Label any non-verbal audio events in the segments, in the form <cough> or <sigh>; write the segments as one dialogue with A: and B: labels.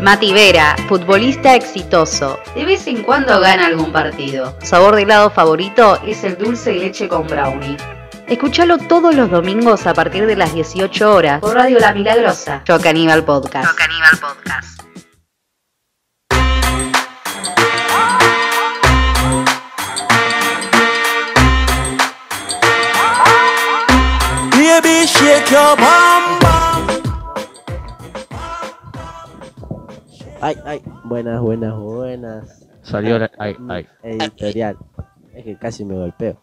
A: Mati Vera, futbolista exitoso. De vez en cuando gana algún partido. Sabor de helado favorito es el dulce y leche con brownie. Escúchalo todos los domingos a partir de las 18 horas por Radio La Milagrosa. Yo Caníbal Podcast. Yo Caníbal Podcast.
B: Baby, shake your bum, bum.
C: Ay, ay, buenas, buenas, buenas. Ah,
D: Salió la- ay,
C: mm,
D: ay.
C: Editorial. Es que casi me golpeo.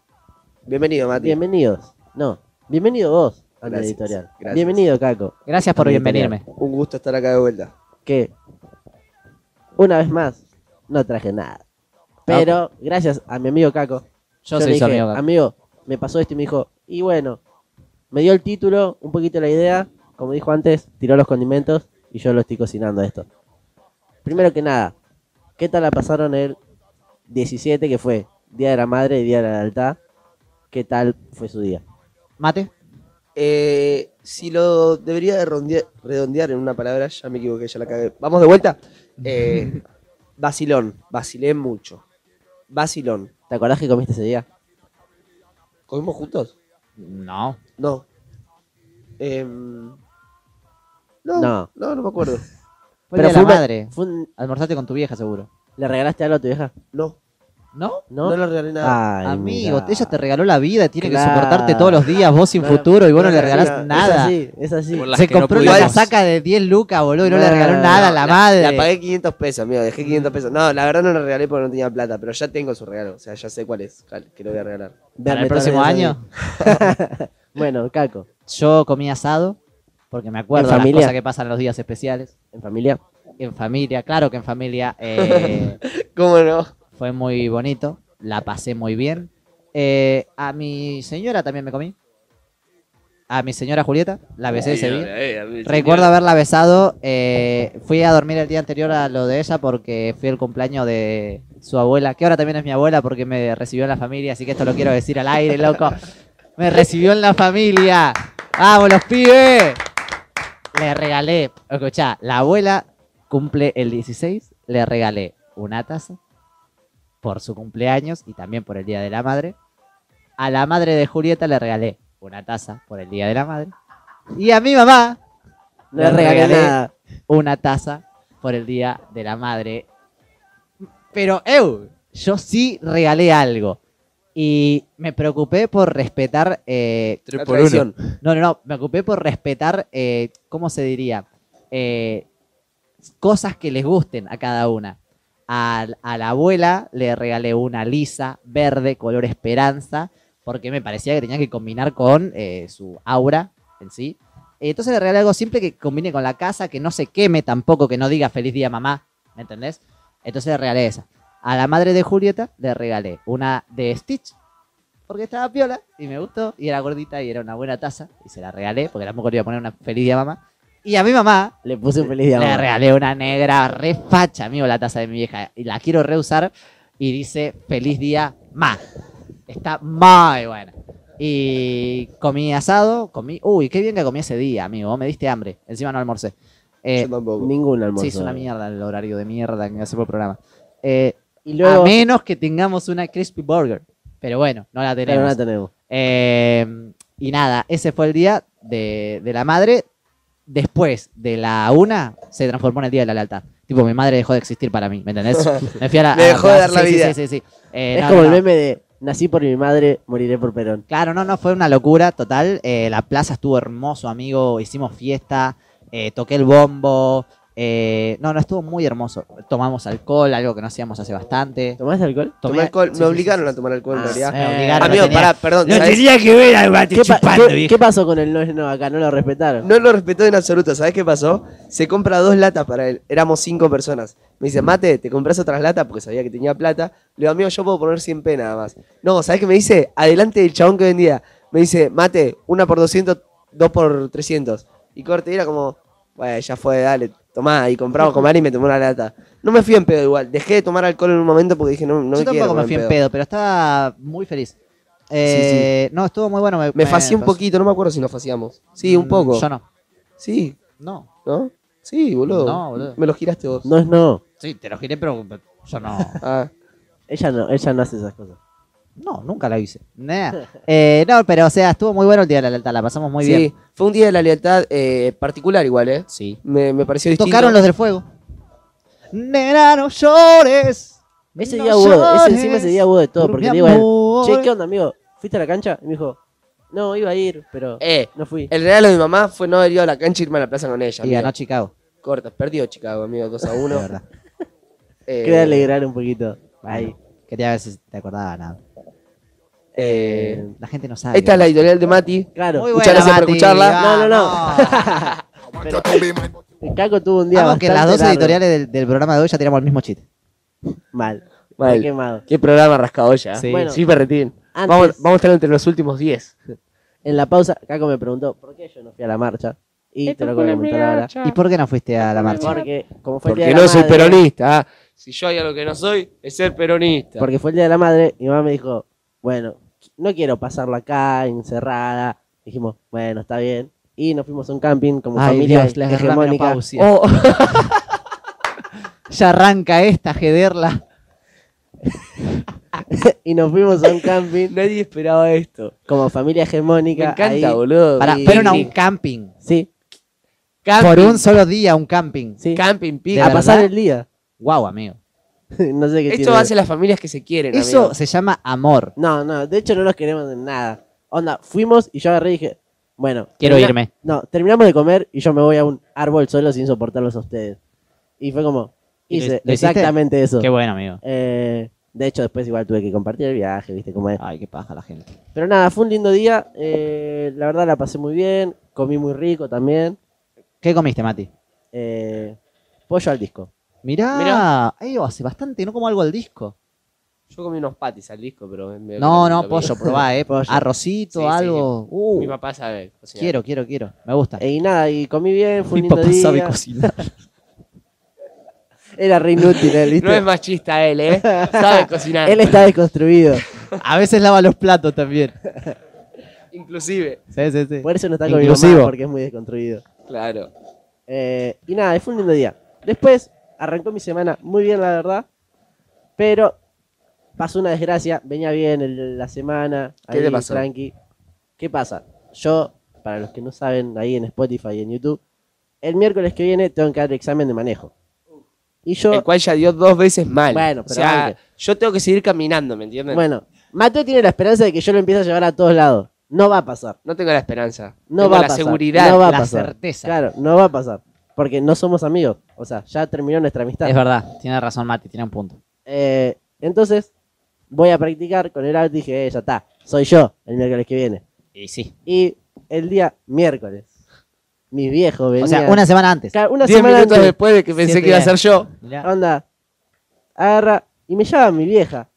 C: Bienvenido, Mati. Bienvenidos. No, bienvenido vos a la
E: Gracias,
C: editorial.
E: gracias.
C: Bienvenido, Caco.
F: Gracias por
C: Muy
F: bienvenirme.
E: Un gusto estar acá de vuelta.
C: Que una vez más no traje nada. Pero gracias a mi amigo Caco.
F: Ah, Yo
C: le
F: soy
C: dije,
F: su amigo. Gato.
C: Amigo, me pasó esto y me dijo, y bueno, me dio el título, un poquito la idea, como dijo antes, tiró los condimentos y yo lo estoy cocinando esto. Primero que nada, ¿qué tal la pasaron el 17 que fue Día de la Madre y Día de la Lealtad? ¿Qué tal fue su día?
F: Mate.
E: Eh, si lo debería de rondear- redondear en una palabra, ya me equivoqué, ya la cagué. Vamos de vuelta. Eh, vacilón, vacilé mucho. Vacilón.
C: ¿Te acordás que comiste ese día?
E: ¿Comimos juntos?
F: No.
E: No. Em, no,
C: No.
E: no, no, me acuerdo.
F: Fue el día de la
C: fue una-
F: madre.
C: fue un-
F: Almorzaste con tu vieja seguro.
C: ¿Le regalaste algo a tu vieja?
E: No,
F: ¿No?
C: ¿No?
E: no, le regalé nada.
C: Ay,
F: Amigo,
C: mirá.
F: ella te regaló la vida, tiene
C: Claro.
F: que soportarte todos los días, vos sin
C: No,
F: futuro, y vos no
C: no,
F: le regalás
E: no, es
F: nada.
C: Es así, es así.
D: Por la- Las
F: Se
D: que no
F: compró una
D: pudimos.
F: casaca de 10 lucas, boludo, y no le
C: No,
F: regaló
C: no,
F: nada a la, madre.
E: La pagué 500 pesos, amigo, dejé 500 pesos. No, la verdad no le regalé porque no tenía plata, pero ya tengo su regalo. O sea, ya sé cuál es, cuál- que lo voy a regalar.
F: Para
C: Verme
F: el
C: todos los
F: próximo
C: días
F: año,
C: ahí. Bueno, Caco,
F: yo comí asado, porque me acuerdo
C: ¿En
F: las
C: familia?
F: cosas que pasan en los días especiales.
C: en familia.
F: En familia, claro que en familia eh,
E: ¿Cómo no?
F: fue muy bonito, la pasé muy bien. Eh, a mi señora también me comí. A mi señora Julieta, la besé ese día. Recuerdo haberla besado. eh, fui a dormir el día anterior a lo de ella porque fui el cumpleaños de su abuela, que ahora también es mi abuela porque me recibió en la familia, así que esto lo quiero decir al aire, loco. Me recibió en la familia. ¡Vamos, los pibes! Le regalé, escuchá, la abuela cumple el 16, le regalé una taza por su cumpleaños y también por el Día de la Madre. A la madre de Julieta le regalé una taza por el Día de la Madre. Y a mi mamá
C: No
F: Le
C: le regalé,
F: regalé
C: nada.
F: una taza por el Día de la Madre. Pero, eu, yo sí regalé algo. Y me preocupé por respetar. eh,
E: La tradición.
F: no, no, no. Me preocupé por respetar. eh, ¿Cómo se diría? Eh, cosas que les gusten a cada una. A, a la abuela le regalé una lisa, verde, color esperanza. Porque me parecía que tenía que combinar con eh, su aura en sí. Eh, Entonces le regalé algo simple que combine con la casa, que no se queme tampoco, que no diga feliz día mamá, ¿me entendés? Entonces le regalé esa. A la madre de Julieta le regalé una de Stitch, porque estaba piola y me gustó, y era gordita y era una buena taza, y se la regalé, porque tampoco le iba a poner una feliz día mamá. Y a mi mamá
C: Le puse un feliz día.
F: le
C: mamá.
F: regalé una negra re facha, amigo, la taza de mi vieja, y la quiero reusar, y dice feliz día ma. Está muy buena. Y comí asado, comí. Uy, qué bien que comí ese día, amigo. vos Me diste hambre. Encima no almorcé. Eh,
E: Yo tampoco.
C: Ningún almuerzo.
F: sí, es una mierda el horario de mierda que hace por programa. Eh,
C: Y luego
F: a menos que tengamos una crispy burger. Pero bueno, no la
C: Claro,
F: tenemos.
C: no la tenemos.
F: Eh, y nada, ese fue el día de, de la madre. Después de la una, se transformó en el día de la lealtad. Tipo, mi madre dejó de existir para mí,
E: <laughs>
F: ¿me entendés? Me fui a la.
E: Me
F: a
E: dejó de dar la
F: sí, sí,
E: vida.
F: Sí, sí, sí. Eh,
C: es
F: no,
C: como
F: no,
C: el
F: no.
C: meme de nací por mi madre, moriré por Perón.
F: Claro, no, no, fue una locura total. Eh, la plaza estuvo hermoso, amigo. Hicimos fiesta, eh, toqué el bombo. eh, no, no, estuvo muy hermoso. Tomamos alcohol, algo que no hacíamos hace bastante.
C: ¿Tomaste alcohol?
E: Tomé
F: Tomé-
E: alcohol,
F: sí,
E: me
F: sí, sí,
E: obligaron
F: sí.
E: a tomar alcohol en
F: Ah,
E: realidad.
F: me obligaron,
C: Amigo,
F: tenía-
E: pará, perdón. ¿sabés?
D: que ver al bate
C: ¿Qué, pa- qué- qué pasó con el no, es no acá? No lo respetaron.
E: No lo respetó en absoluto. ¿Sabes qué pasó? Se compra dos latas para él. Éramos cinco personas. Me dice, mate, te compras otras latas porque sabía que tenía plata. Le digo, amigo, yo puedo poner 100 p nada más. No, ¿sabes qué me dice? Adelante el chabón que vendía. Me dice, mate, una por 200, dos por 300. Y corte, y era como, bueno, ya fue, dale, tomá. Y compramos comer y me tomó una lata. No me fui en pedo igual. Dejé de tomar alcohol en un momento porque dije, no, no
F: Yo
E: me quiero
F: tampoco me
E: poner
F: fui en pedo, pero estaba muy feliz. Eh, No, estuvo muy bueno. Mm, Me,
E: Me
F: me-
E: facié un
F: pues,
E: poquito, no me acuerdo si nos faciamos. Sí, un
F: mm,
E: poco.
F: Yo no.
E: Sí,
F: No.
E: ¿no? Sí, boludo.
F: No, boludo.
E: Me lo giraste vos.
C: No es no.
F: Sí, te lo giré, pero yo no.
E: Ah,
C: Ella no, ella no hace esas cosas.
F: No, nunca la hice. Nah. Eh, no, pero o sea, estuvo muy bueno el día de la lealtad, la pasamos muy
E: sí,
F: bien.
E: fue un día de la lealtad eh, particular igual, ¿eh?
F: Sí.
E: Me, me pareció distinto.
F: Tocaron los del fuego. Nena, no llores.
C: Ese
F: no
C: día hubo, ese
F: llores
C: encima ese día hubo de todo,
F: por
C: porque
F: mi
C: le digo, a él,
F: amor.
C: che, ¿qué onda, amigo? ¿Fuiste a la cancha? Y me dijo, no, iba a ir, pero
E: Eh,
C: no fui.
E: el regalo de mi mamá fue no haber ido a la cancha y irme a la plaza con ella.
F: Y
E: amigo.
F: ganó Chicago,
E: Corta, perdió Chicago, amigo, 2 a
F: de
E: 1.
F: verdad.
E: Eh,
C: Quería alegrar un poquito. Ahí.
F: Quería ver si te acordaba nada.
E: eh,
F: La gente no sabe.
E: esta es la editorial de Mati.
C: Claro.
F: Muy
E: Muchas
F: buena,
E: gracias por
F: Mati,
E: escucharla.
C: No, no,
F: vamos.
C: no. El Caco tuvo un día
F: Vamos, que las
C: bastante
F: dos
C: largo.
F: editoriales del, del programa de hoy ya tiramos el mismo chiste.
C: Mal.
E: Mal.
C: Mal. quemado.
E: Qué programa rascado ya.
F: Sí.
E: Sí,
C: Bueno.
E: Berretín.
C: Antes-
E: Vamos, vamos a estar entre los últimos 10.
C: En la pausa, Caco me preguntó, ¿por qué yo no fui a la marcha? Y te lo comentar ahora.
F: ¿Y por qué no fuiste a la marcha?
C: Porque, como fue el día
E: Porque
C: de la
E: no soy
C: madre-
E: peronista. ah. Si yo hay algo que no soy, es ser peronista.
C: Porque fue el día de la madre, mi mamá me dijo, bueno, no quiero pasarla acá, encerrada. Dijimos, bueno, está bien. Y nos fuimos a un camping como
F: Ay,
C: familia
F: Dios, la
C: hegemónica.
F: menopausia.
E: Oh,
F: Ya arranca esta, jederla.
C: <laughs> y nos fuimos a un camping
E: <laughs> nadie esperaba esto.
C: como familia
E: Me
C: hegemónica.
E: encanta,
C: ahí.
E: boludo.
F: Pará,
C: Sí.
F: fueron a un camping.
C: Sí,
E: Camping,
F: Por un solo día, un camping.
C: sí.
E: camping
F: De
E: pica.
C: a
F: verdad.
C: pasar el día.
F: Guau, amigo.
C: <laughs> no sé qué
E: Esto
C: tiene.
E: hace las familias que se quieren.
F: Eso
E: amigo.
F: se llama amor.
C: No, no, de hecho no nos queremos en nada. Onda, fuimos y yo agarré y dije, bueno.
F: Quiero
C: termina-
F: irme.
C: No, terminamos de comer y yo me voy a un árbol solo sin soportarlos a ustedes. Y fue como,
F: ¿Y lo-
C: hice
F: lo hiciste?
C: exactamente eso.
F: Qué bueno, amigo.
C: Eh, de hecho, después igual tuve que compartir el viaje, viste cómo es.
F: Ay, qué paja la gente.
C: Pero nada, fue un lindo día. eh, la verdad la pasé muy bien. Comí muy rico también.
F: ¿Qué comiste, Mati?
C: eh, pollo al disco.
F: Mirá,
E: Mirá.
F: Ay, hace bastante, no como algo al disco.
E: Yo comí unos patis al disco, pero. me-
F: No,
E: me-
F: no,
E: me-
F: pollo, probá, eh.
C: Pollo.
F: Arrocito,
E: Sí, sí.
F: algo.
E: <laughs>
F: Uh,
E: Mi papá sabe. cocinar.
F: quiero, quiero, quiero. Me gusta.
C: Eh, Y nada, y comí bien, fue un
F: Mi
C: lindo
F: papá
C: día.
F: sabe cocinar.
C: Era re inútil
F: <laughs>
C: él, ¿viste?
E: No es machista él, ¿eh? Sabe cocinar.
C: Él está desconstruido.
F: A veces lava los platos también.
E: Inclusive.
F: Sí, sí, sí.
C: Por eso no está con mi
F: Inclusivo.
C: mamá, porque es muy desconstruido.
E: Claro.
C: Eh, y nada, fue un lindo día. Después arrancó mi semana muy bien, la verdad. Pero pasó una desgracia. Venía bien el- la semana.
E: ¿Qué
C: ahí,
E: te pasó?
C: Tranqui. ¿Qué pasa? Yo, para los que no saben, ahí en Spotify y en YouTube, el miércoles que viene tengo que dar el examen de manejo. Y yo,
E: El cual ya dio dos veces mal.
C: Bueno, pero
E: o sea,
C: banque.
E: yo tengo que seguir caminando, ¿me entienden?
C: bueno, Mateo tiene la esperanza de que yo lo empiece a llevar a todos lados. No va a pasar.
E: No tengo la esperanza.
C: No
E: tengo
C: va a
E: la
C: pasar.
E: seguridad.
C: No va a
F: la
C: pasar.
F: certeza.
C: Claro, no va a pasar. Porque no somos amigos. O sea, ya terminó nuestra amistad.
F: Es verdad, tiene razón Mati, tiene un punto.
C: Eh, entonces, voy a practicar con el auto. y Dije, eh, ya está, soy yo el miércoles que viene.
F: Y sí.
C: Y el día miércoles, mi viejo venía.
F: O sea, una semana antes.
C: Claro, una
E: Diez
C: semana
E: minutos
C: antes,
E: después de que pensé
F: Siete
E: que iba a ser
F: días.
E: yo.
F: Mirá.
C: Onda, agarra y me llama mi vieja.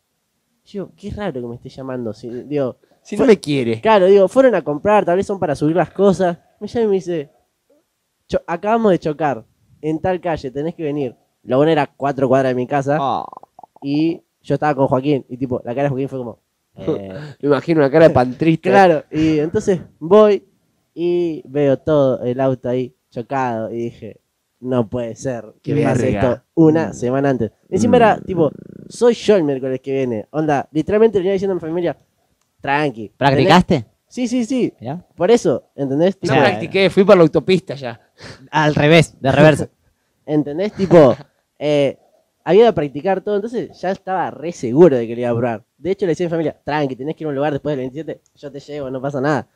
C: Yo, qué raro que me esté llamando. si- digo,
E: Si
C: Fue-
E: no me quiere.
C: claro, digo, fueron a comprar, tal vez son para subir las cosas. Me llama y me dice, "Cho- acabamos de chocar en tal calle, tenés que venir. La buena era cuatro cuadras de mi casa
F: Oh,
C: y yo estaba con Joaquín. Y tipo, la cara de Joaquín fue como... <laughs> eh,
E: Me imagino una cara de pan triste.
C: Claro, y entonces voy y veo todo el auto ahí chocado y dije, no puede ser que
E: Qué
C: me pase
E: verga.
C: esto una semana antes. Encima era tipo, soy yo el miércoles que viene. Onda, literalmente venía diciendo a mi familia, tranqui. ¿entendés?
F: ¿Practicaste?
C: Sí, sí, sí.
F: Mirá.
C: Por eso, ¿entendés?
E: No
C: Tipo,
F: Claro.
E: practiqué, fui por la autopista ya.
F: Al revés, <laughs> de reversa.
C: ¿Entendés?
E: <laughs>
C: Tipo, eh, había de practicar todo, entonces ya estaba re seguro de que lo iba a probar. De hecho, le decía a mi familia, tranqui, tenés que ir a un lugar después del 27, yo te llevo, no pasa nada.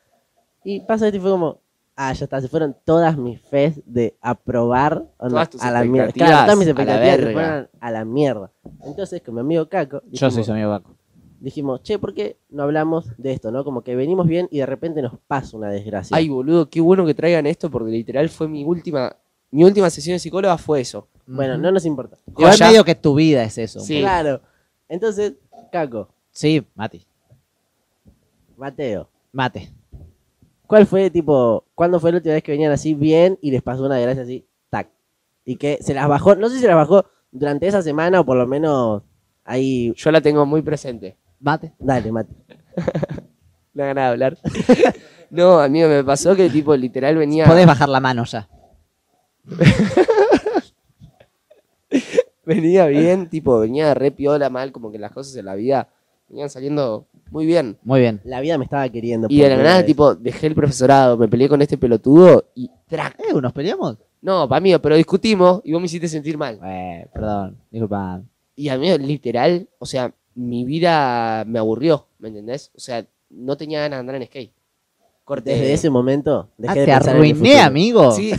C: Y pasa esto y fue como, ah, ya está, se fueron todas mis fes de aprobar o no,
E: Todas tus
C: a la mierda.
E: expectativas,
C: Claro, todas mis
E: a la
C: expectativas se
E: verga.
C: fueron a la mierda. Entonces, con mi amigo Caco,
F: Yo
C: dijimos,
F: soy su amigo Baco.
C: dijimos, che, ¿por qué no hablamos de esto, no? Como que venimos bien y de repente nos pasa una desgracia.
E: Ay, boludo, qué bueno que traigan esto porque literal fue mi última. Mi última sesión de psicóloga fue eso.
C: bueno, no nos importa.
F: Igual
E: Joya.
F: medio que tu vida es eso.
E: Sí.
C: Claro. Entonces, Caco,
F: Sí, Mati.
C: Mateo.
F: Mate.
C: ¿Cuál fue, tipo, cuándo fue la última vez que venían así bien y les pasó una desgracia así, tac? Y que se las bajó, no sé si se las bajó durante esa semana o por lo menos ahí.
E: Yo la tengo muy presente.
F: Mate.
C: Dale, Mati.
E: Me da ganas de <laughs> hablar. no, amigo, me pasó que tipo literal venía.
F: Podés bajar la mano ya.
E: Venía bien, tipo, venía re piola mal, como que las cosas en la vida venían saliendo muy bien.
F: Muy bien.
C: La vida me estaba queriendo.
E: Y de la
C: porque-
E: nada, tipo, dejé el profesorado, me peleé con este pelotudo y trac.
F: Eh, ¿nos peleamos?
E: No, pa' mí, pero discutimos y vos me hiciste sentir mal.
F: Eh, perdón, disculpa.
E: Y a mí, literal, o sea, mi vida me aburrió, ¿me entendés? O sea, no tenía ganas de andar en skate. Corté.
C: Desde ese momento dejé
F: Ah,
C: de
F: te
C: pensar en mi
F: arruiné,
C: futuro.
F: amigo.
E: Sí,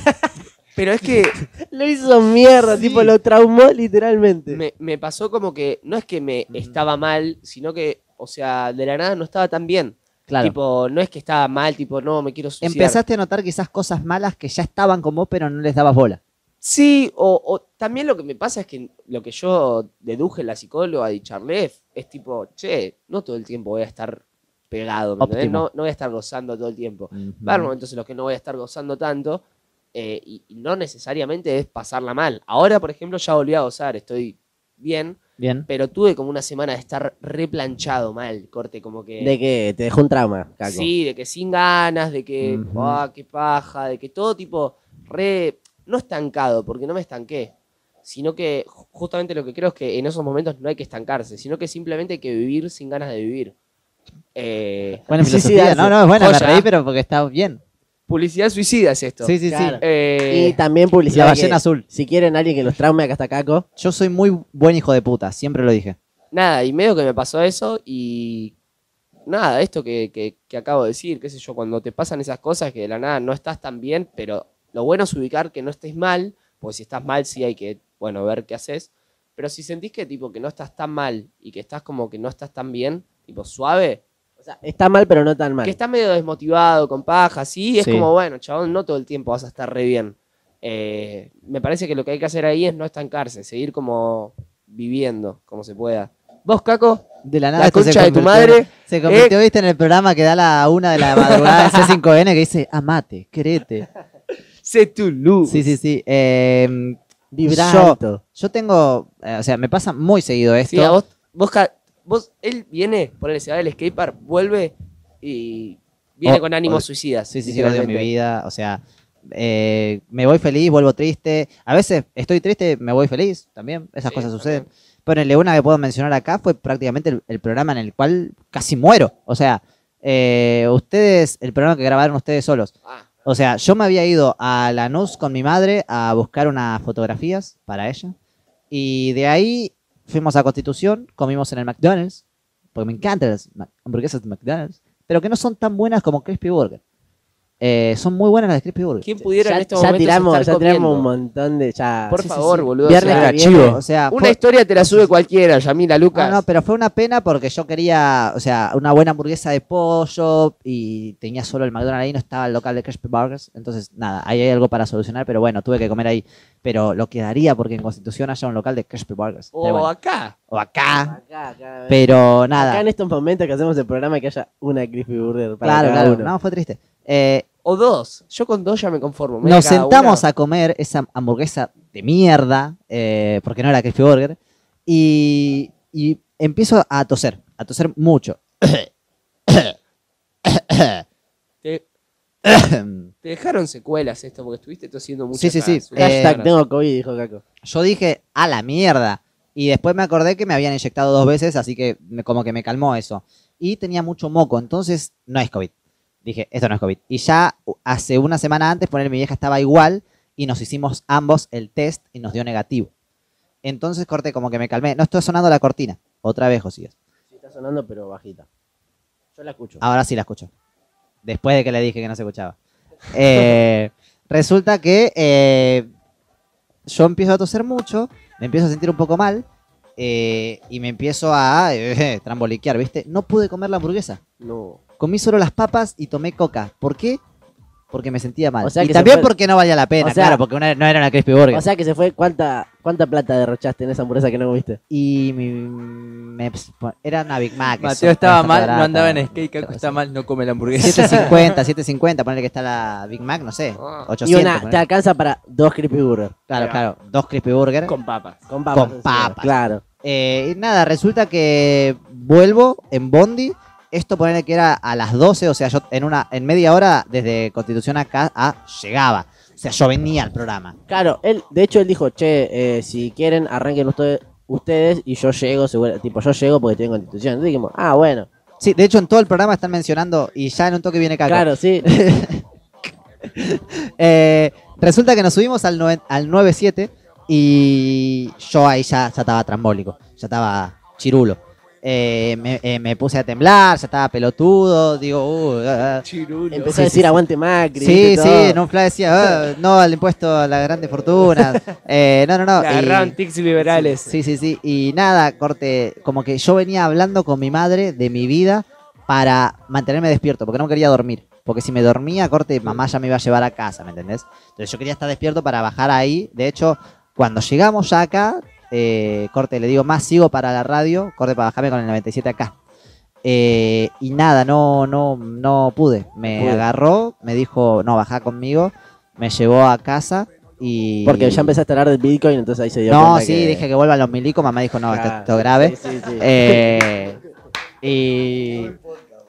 E: pero es que
C: Lo hizo mierda,
E: Sí.
C: tipo lo traumó literalmente.
E: me, me pasó como que, no es que me estaba mal, sino que, o sea, de la nada no estaba tan bien.
F: claro.
E: Tipo, no es que estaba mal, tipo, no, me quiero suicidar.
F: Empezaste a notar quizás cosas malas que ya estaban con vos, pero no les dabas bola.
E: Sí, o, o también lo que me pasa es que lo que yo deduje la psicóloga y charlé es tipo, che, no todo el tiempo voy a estar pegado, ¿me entendés?
F: Óptimo.
E: No, no voy a estar gozando todo el tiempo. Va a haber momentos en los que no voy a estar gozando tanto eh, y, y no necesariamente es pasarla mal. Ahora, por ejemplo, ya volví a gozar, estoy bien,
F: Bien.
E: pero tuve como una semana de estar replanchado mal, corte, como que...
C: De que te dejó un trauma, Caco.
E: Sí, de que sin ganas, de que,
F: Ujú.
E: ah, qué paja, de que todo tipo, re, no estancado, porque no me estanqué, sino que ju- justamente lo que creo es que en esos momentos no hay que estancarse, sino que simplemente hay que vivir sin ganas de vivir. Eh,
F: Buena
C: Sí, sí,
F: filosofía.
C: hace-
F: no, no, es buena, me
E: Joya.
F: reí, pero porque está bien.
E: publicidad suicida es esto.
F: Sí, sí,
C: Claro.
F: sí.
E: Eh,
C: Y también publicidad. de
F: La ballena
C: que
F: azul.
C: Si quieren alguien que los traume, acá está Caco.
F: Yo soy muy buen hijo de puta, siempre lo dije.
E: nada, y medio que me pasó eso y nada, esto que, que- que acabo de decir, qué sé yo, cuando te pasan esas cosas que de la nada no estás tan bien, pero lo bueno es ubicar que no estés mal, porque si estás mal sí hay que, bueno, ver qué haces, pero si sentís que tipo que no estás tan mal y que estás como que no estás tan bien, tipo suave,
C: O sea, está mal, pero no tan mal.
E: que estás medio desmotivado, con paja, sí, es
F: Sí.
E: como, bueno, chabón, no todo el tiempo vas a estar re bien. Eh, me parece que lo que hay que hacer ahí es no estancarse, seguir como viviendo, como se pueda. ¿Vos, Caco?
F: De la nada.
E: La
F: esto
E: concha de tu
F: convirtió-
E: madre,
F: Se convirtió, viste, en el programa que da la una de la madrugada en C5N que dice amate, querete.
E: Sé tu luz.
F: Sí, sí, sí. Eh,
C: Vibra
F: Yo-
C: alto.
F: yo tengo. eh, o sea, me pasa muy seguido esto.
E: Sí, a vos, vos, ca- vos- él viene, ponele, se va del skatepark, vuelve y viene
F: O-
E: con ánimos
F: o-
E: suicidas.
F: Oh, Sí, sí, sí, odio mi
E: literalmente.
F: vida. O sea, eh, me voy feliz, vuelvo triste. A veces estoy triste, me voy feliz también. Esas
E: Sí,
F: cosas
E: también.
F: suceden. Ponele, una que puedo mencionar acá fue prácticamente el, el programa en el cual casi muero. O sea, eh, ustedes, el programa que grabaron ustedes solos.
E: Ah,
F: O sea, yo me había ido a Lanús con mi madre a buscar unas fotografías para ella. Y de ahí fuimos a Constitución, comimos en el McDonald's, porque me encantan las ma- hamburguesas de McDonald's, pero que no son tan buenas como Crispy Burger. Eh, son muy buenas las de Crispy Burger.
E: ¿Quién pudiera en
C: Ya,
E: estos
C: ya
E: momentos
C: tiramos,
E: estar
C: ya tiramos un
E: comiendo?
C: montón de. Ya.
E: Por
F: Sí, sí,
E: favor,
F: sí.
E: boludo.
C: Viernes
E: o sea,
C: que viene.
F: O sea,
E: una
F: fue-
E: historia te la sube cualquiera, Yamila, Lucas.
F: Ah, No, no, pero fue una pena porque yo quería, o sea, una buena hamburguesa de pollo y tenía solo el McDonald's ahí, no estaba el local de Crispy Burgers. Entonces, nada, ahí hay algo para solucionar, pero bueno, tuve que comer ahí. Pero lo quedaría porque en Constitución haya un local de Crispy Burgers.
E: o
F: Pero bueno,
E: Oh, acá.
F: o acá.
C: Acá, acá,
F: Ah. Pero
C: Acá
F: nada.
C: en estos momentos que hacemos el programa que haya una Crispy Burger para
F: Claro,
C: cada
F: claro.
C: uno.
F: No, fue triste. Eh,
E: O dos. Yo con dos ya me conformo.
F: nos sentamos a comer esa hamburguesa de mierda, eh, porque no era Crispy Burger, y, y empiezo a toser, a toser mucho. <clears throat>
E: Te, te dejaron secuelas esto porque estuviste tosiendo mucho.
F: Sí, sí,
E: acá,
F: sí.
E: su-
F: Eh,
C: Hashtag tengo COVID, dijo Caco.
F: yo dije, a la mierda. Y después me acordé que me habían inyectado dos veces, así que me- como que me calmó eso. Y tenía mucho moco, entonces no es COVID. Dije, esto no es COVID. Y ya u- hace una semana antes, poner mi vieja estaba igual y nos hicimos ambos el test y nos dio negativo. Entonces corté como que me calmé. No está sonando la cortina. Otra vez, Josías.
C: Sí, está sonando, pero bajita. Yo la escucho.
F: Ahora sí la escucho. Después de que le dije que no se escuchaba. Eh, <laughs> resulta que eh, yo empiezo a toser mucho, me empiezo a sentir un poco mal eh, y me empiezo a eh, <laughs> tramboliquear, ¿viste? No pude comer la hamburguesa.
C: No.
F: Comí solo las papas y tomé coca. ¿Por qué? Porque me sentía mal.
C: O sea
F: y
C: que
F: también
C: se fue-
F: porque no valía la pena,
C: O sea-
F: claro, porque una- no era una crispy burger.
C: O sea que se fue. ¿Cuánta, cuánta plata derrochaste en esa hamburguesa que no comiste?
F: y mi- me- era una Big Mac.
G: Mateo
F: eso,
G: estaba
F: bastante
G: mal, no
F: barata.
G: andaba en skate, Caco
F: Sí.
G: está mal, no come la hamburguesa.
F: 750, 750, ponele que está la Big Mac, no sé. 800.
C: Ah. y una, Ah.
F: ponele.
C: te alcanza para dos Crispy Burger.
F: Claro, claro. Dos Crispy Burger.
E: Con papas.
C: Con papas.
F: Con
C: encima,
F: papas.
C: Claro.
F: Eh, y nada, resulta que vuelvo en Bondi. Esto ponerle que era a las 12, o sea, yo en una en media hora desde Constitución acá a- llegaba. O O sea, yo venía al programa.
C: Claro, él, de hecho él dijo, che, eh, si quieren arranquen ustedes, ustedes y yo llego, seguro, tipo yo llego porque estoy en constitución. Entonces dijimos, ah, bueno,
F: Sí, de hecho en todo el programa están mencionando y ya en un toque viene caca.
C: claro, sí.
F: Eh, resulta que nos subimos al, noven- al 9-7 y yo ahí ya, ya estaba trambólico, ya estaba chirulo. Eh, me, eh, me puse a temblar, ya estaba pelotudo, digo, uh, ah, ah.
C: Empezó
F: Sí,
C: a
F: sí,
C: decir
F: sí.
C: aguante Macri.
F: Sí,
C: viste,
F: sí,
C: todo.
F: en un flash decía, ah, no al impuesto a las grandes fortunas. Eh, no, no, no.
E: La
F: y-
E: agarraron tics liberales.
F: Sí, sí, sí. Y nada, corte, como que yo venía hablando con mi madre de mi vida para mantenerme despierto, porque no quería dormir. Porque si me dormía, corte, mamá ya me iba a llevar a casa, ¿me entendés? Entonces yo quería estar despierto para bajar ahí. De hecho, cuando llegamos ya acá, eh, corte, le digo, más sigo para la radio, corte para bajarme con el 97 acá. Eh, y nada, no, no, no pude. Me
C: Pude.
F: agarró, me dijo, no, bajá conmigo, me llevó a casa y...
C: Porque ya empezaste a hablar del Bitcoin, entonces ahí se dio
F: No,
C: cuenta
F: sí,
C: que-
F: dije que vuelvan los milicos, mamá dijo, no, esto
C: Claro,
F: esto es grave.
C: sí, sí, sí.
F: Eh, y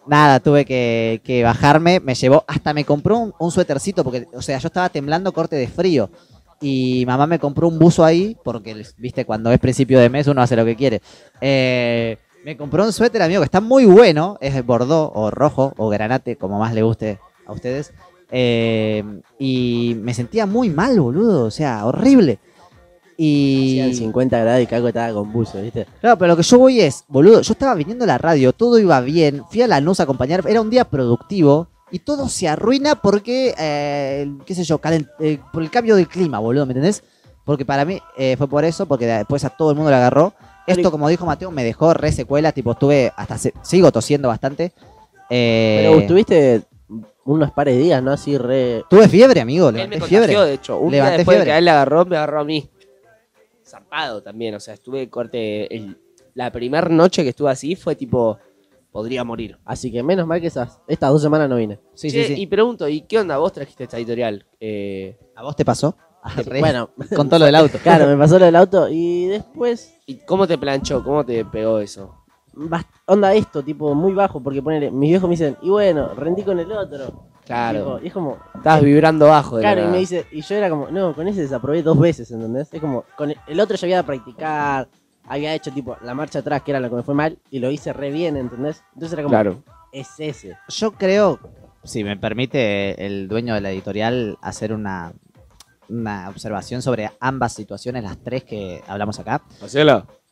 F: nada, tuve que, que bajarme, me llevó, hasta me compró un, un suétercito, porque, o sea, yo estaba temblando corte de frío. Y mamá me compró un buzo ahí, porque, viste, cuando es principio de mes uno hace lo que quiere. Eh, me compró un suéter, amigo, que está muy bueno, es de bordó o rojo o granate, como más le guste a ustedes. Eh, y me sentía muy mal, boludo, o sea, horrible. Y... Eh.
C: Hacían 50 grados y Caco estaba con buzo, ¿viste?
F: Claro, pero lo que yo voy es, boludo, yo estaba viniendo a la radio, todo iba bien, fui a la NUS a acompañar, era un día productivo y todo se arruina porque, eh, qué sé yo, calen- eh, por el cambio del clima, boludo, ¿me entendés? Porque para mí eh, fue por eso, porque después a todo el mundo le agarró. Esto, como dijo Mateo, me dejó re secuela, tipo, estuve, hasta se- sigo tosiendo bastante. Eh,
C: Pero estuviste unos pares de días, ¿no? Así re...
F: Tuve fiebre, amigo,
E: Él me
F: levanté
E: contagió,
F: fiebre.
E: de hecho. Un día
F: Levanté
E: después de
F: fiebre.
E: que a él le agarró, me agarró a mí. Zampado también. O sea, estuve corte. el- la primera noche que estuve así fue tipo. Podría morir.
C: Así que menos mal que esas, estas dos semanas no vine.
F: Sí,
E: Che,
F: sí, sí.
E: Y pregunto, ¿y qué onda vos trajiste esta editorial? Eh,
F: ¿A vos te
E: <laughs>
F: pasó?
C: <laughs>
F: Re-
C: Bueno,
F: <laughs> con todo lo del auto.
C: claro, me pasó lo del auto y después...
E: ¿Y cómo te planchó? ¿Cómo te pegó eso?
C: bast- onda esto, tipo, muy bajo, porque ponele, mis viejos me dicen, y bueno, rendí con el otro.
E: Claro.
C: Tipo, y es como,
E: Estabas vibrando bajo. de la
C: claro, y
E: nada.
C: me dice, y yo era como, no, con ese desaprobé dos veces, ¿entendés? Es como, con el- el otro yo había ido a practicar, había hecho tipo la marcha atrás, que era lo que me fue mal, y lo hice re bien, ¿entendés? Entonces era como,
E: Claro.
C: es ese.
F: Yo creo, si me permite el dueño de la editorial hacer una, una observación sobre ambas situaciones, las tres que hablamos acá. <clears throat>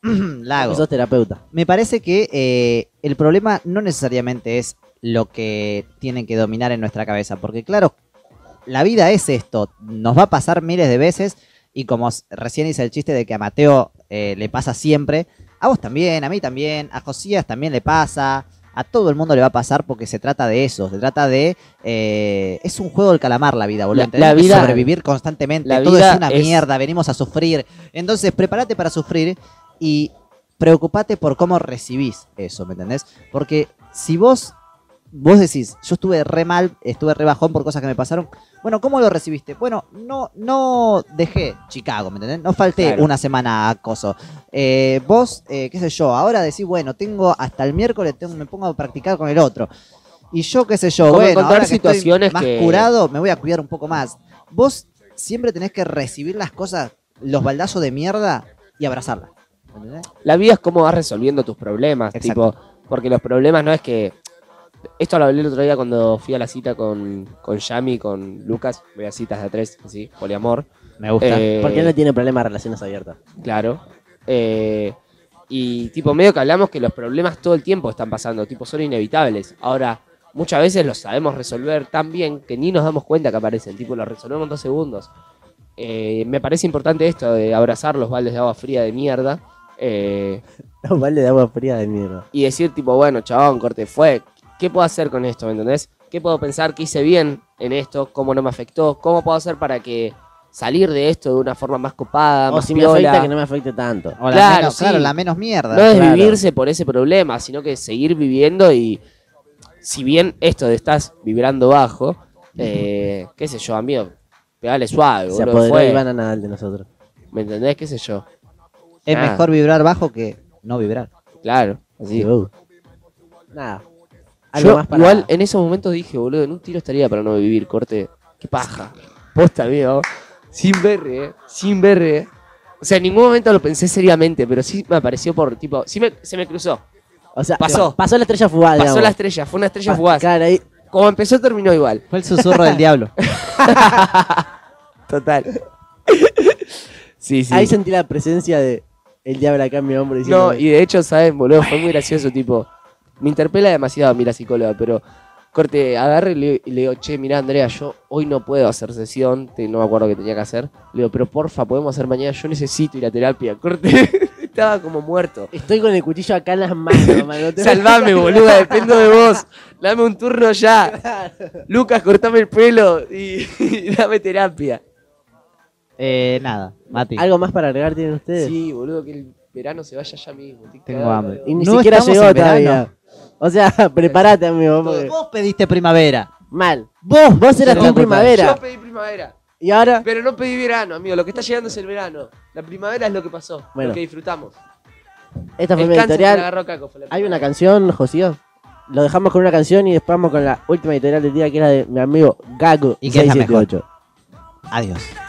F: La hago.
C: Vos sos terapeuta.
F: Me parece que eh, el problema no necesariamente es lo que tiene que dominar en nuestra cabeza, porque claro, la vida es esto, nos va a pasar miles de veces y como s- recién hice el chiste de que a Mateo eh, le pasa siempre, a vos también, a mí también, a Josías también le pasa, a todo el mundo le va a pasar porque se trata de eso, se trata de... eh, es un juego del calamar la vida, boludo.
E: La-
F: ¿entendés?
E: la
F: Es
E: vida-
F: sobrevivir constantemente,
E: la
F: todo
E: vida
F: es una
E: es-
F: mierda, venimos a sufrir. Entonces, prepárate para sufrir y preocupate por cómo recibís eso, ¿me entendés? Porque si vos, vos decís, yo estuve re mal, estuve re bajón por cosas que me pasaron, bueno, ¿cómo lo recibiste? Bueno, no, no dejé Chicago, ¿me entendés? No falté
E: Claro.
F: una semana a acoso. Eh, vos, eh, qué sé yo, ahora decís, bueno, tengo hasta el miércoles, tengo- me pongo a practicar con el otro. Y yo, qué sé yo,
E: Como
F: bueno,
E: encontrar
F: ahora que estoy
E: situaciones
F: más
E: que-
F: curado, me voy a cuidar un poco más. Vos siempre tenés que recibir las cosas, los baldazos de mierda y abrazarlas. ¿me entendés?
E: La vida es cómo vas resolviendo tus problemas,
F: Exacto.
E: tipo, porque los problemas no es que. Esto lo hablé el otro día cuando fui a la cita con, con Yami, con Lucas, voy a citas de a tres, así, poliamor.
F: Me gusta.
E: Eh,
C: Porque él no tiene problemas de relaciones abiertas.
E: <laughs> Claro. Eh, y tipo, medio que hablamos que los problemas todo el tiempo están pasando, tipo, son inevitables. Ahora, muchas veces los sabemos resolver tan bien que ni nos damos cuenta que aparecen, tipo, los resolvemos en dos segundos. Eh, me parece importante esto de abrazar los baldes de agua fría de mierda. Eh,
C: No vale de agua fría de mierda.
E: y decir tipo, bueno, chabón, corte, fue. ¿Qué puedo hacer con esto, me entendés? ¿Qué puedo pensar que hice bien en esto? ¿Cómo no me afectó? ¿Cómo puedo hacer para que salir de esto de una forma más copada,
C: O
E: más
C: si
E: piola?
C: me afecta, que no me afecte tanto.
F: O la
E: Claro,
F: menos,
E: sí.
F: claro, la menos mierda.
E: No es
C: Claro.
E: vivirse por ese problema, sino que seguir viviendo y si bien esto de estás vibrando bajo, eh, qué sé yo, amigo, pegale suave,
C: Se
E: boludo,
C: apoderó
E: fue,
C: Iván a Nadal de nosotros.
E: ¿me entendés? ¿Qué sé yo?
F: es
E: nada.
F: mejor vibrar bajo que no vibrar.
E: Claro, así.
C: Yo. "Uh, Nada. Algo
E: Yo eh,
C: más para...
E: igual en esos momentos dije, boludo, en un tiro estaría para no vivir, corte, qué paja. Posta, amigo. Sin berre, eh. Sin berre. eh. O sea, en ningún momento lo pensé seriamente, pero sí me apareció por tipo. Sí me- se me cruzó.
C: O sea,
E: Pasó.
C: Pasó la estrella fugaz.
E: Pasó
C: digamos.
E: la estrella, fue una estrella
C: Pa-
E: fugaz.
C: Ah, Claro, ahí.
E: Como empezó, terminó igual.
F: Fue el susurro del diablo.
E: Total. <laughs> sí, sí.
C: Ahí sentí la presencia de el diablo acá en mi hombro diciendo.
E: No, y de hecho, ¿saben, boludo? Fue muy gracioso, tipo. Me interpela demasiado a mí la psicóloga, pero. Corte, agarre y le, y le digo, che, mirá, Andrea, yo hoy no puedo hacer sesión, te- no me acuerdo qué tenía que hacer. Le digo, pero porfa, podemos hacer mañana, yo necesito ir a terapia. Corte, <laughs> estaba como muerto.
C: Estoy con el cuchillo acá en las
F: <laughs>
C: manos, mano. te-
E: Salvame, boluda, dependo de vos. Dame un turno ya. Lucas, cortame el pelo y, y dame terapia.
F: Eh, nada, Mati.
C: ¿Algo más para agregar tienen ustedes?
E: Sí, boludo, que el verano se vaya ya mismo. Estoy
F: Tengo
E: cagado,
F: hambre.
C: Y ni
F: No
C: siquiera
F: estamos
C: llegó
F: en verano.
C: todavía. O
F: <laughs>
C: sea, prepárate, amigo. porque-
F: Vos pediste primavera.
C: Mal.
F: Vos,
C: Vos eras
F: Yo
C: team
F: no-
E: Yo
C: primavera.
E: pedí primavera.
C: Y ahora.
E: Pero no pedí verano, amigo. Lo que está llegando es el verano. La primavera es lo que pasó.
C: Bueno.
E: Lo que disfrutamos.
C: Esta fue
E: El
C: mi
E: cáncer que la
C: editorial.
E: agarró Caco fue la
C: Hay una
E: primavera.
C: canción, Josío. Lo dejamos con una canción y después vamos con la última editorial del día que era de mi amigo Gago.
F: Y que es la
C: 678.
F: Adiós.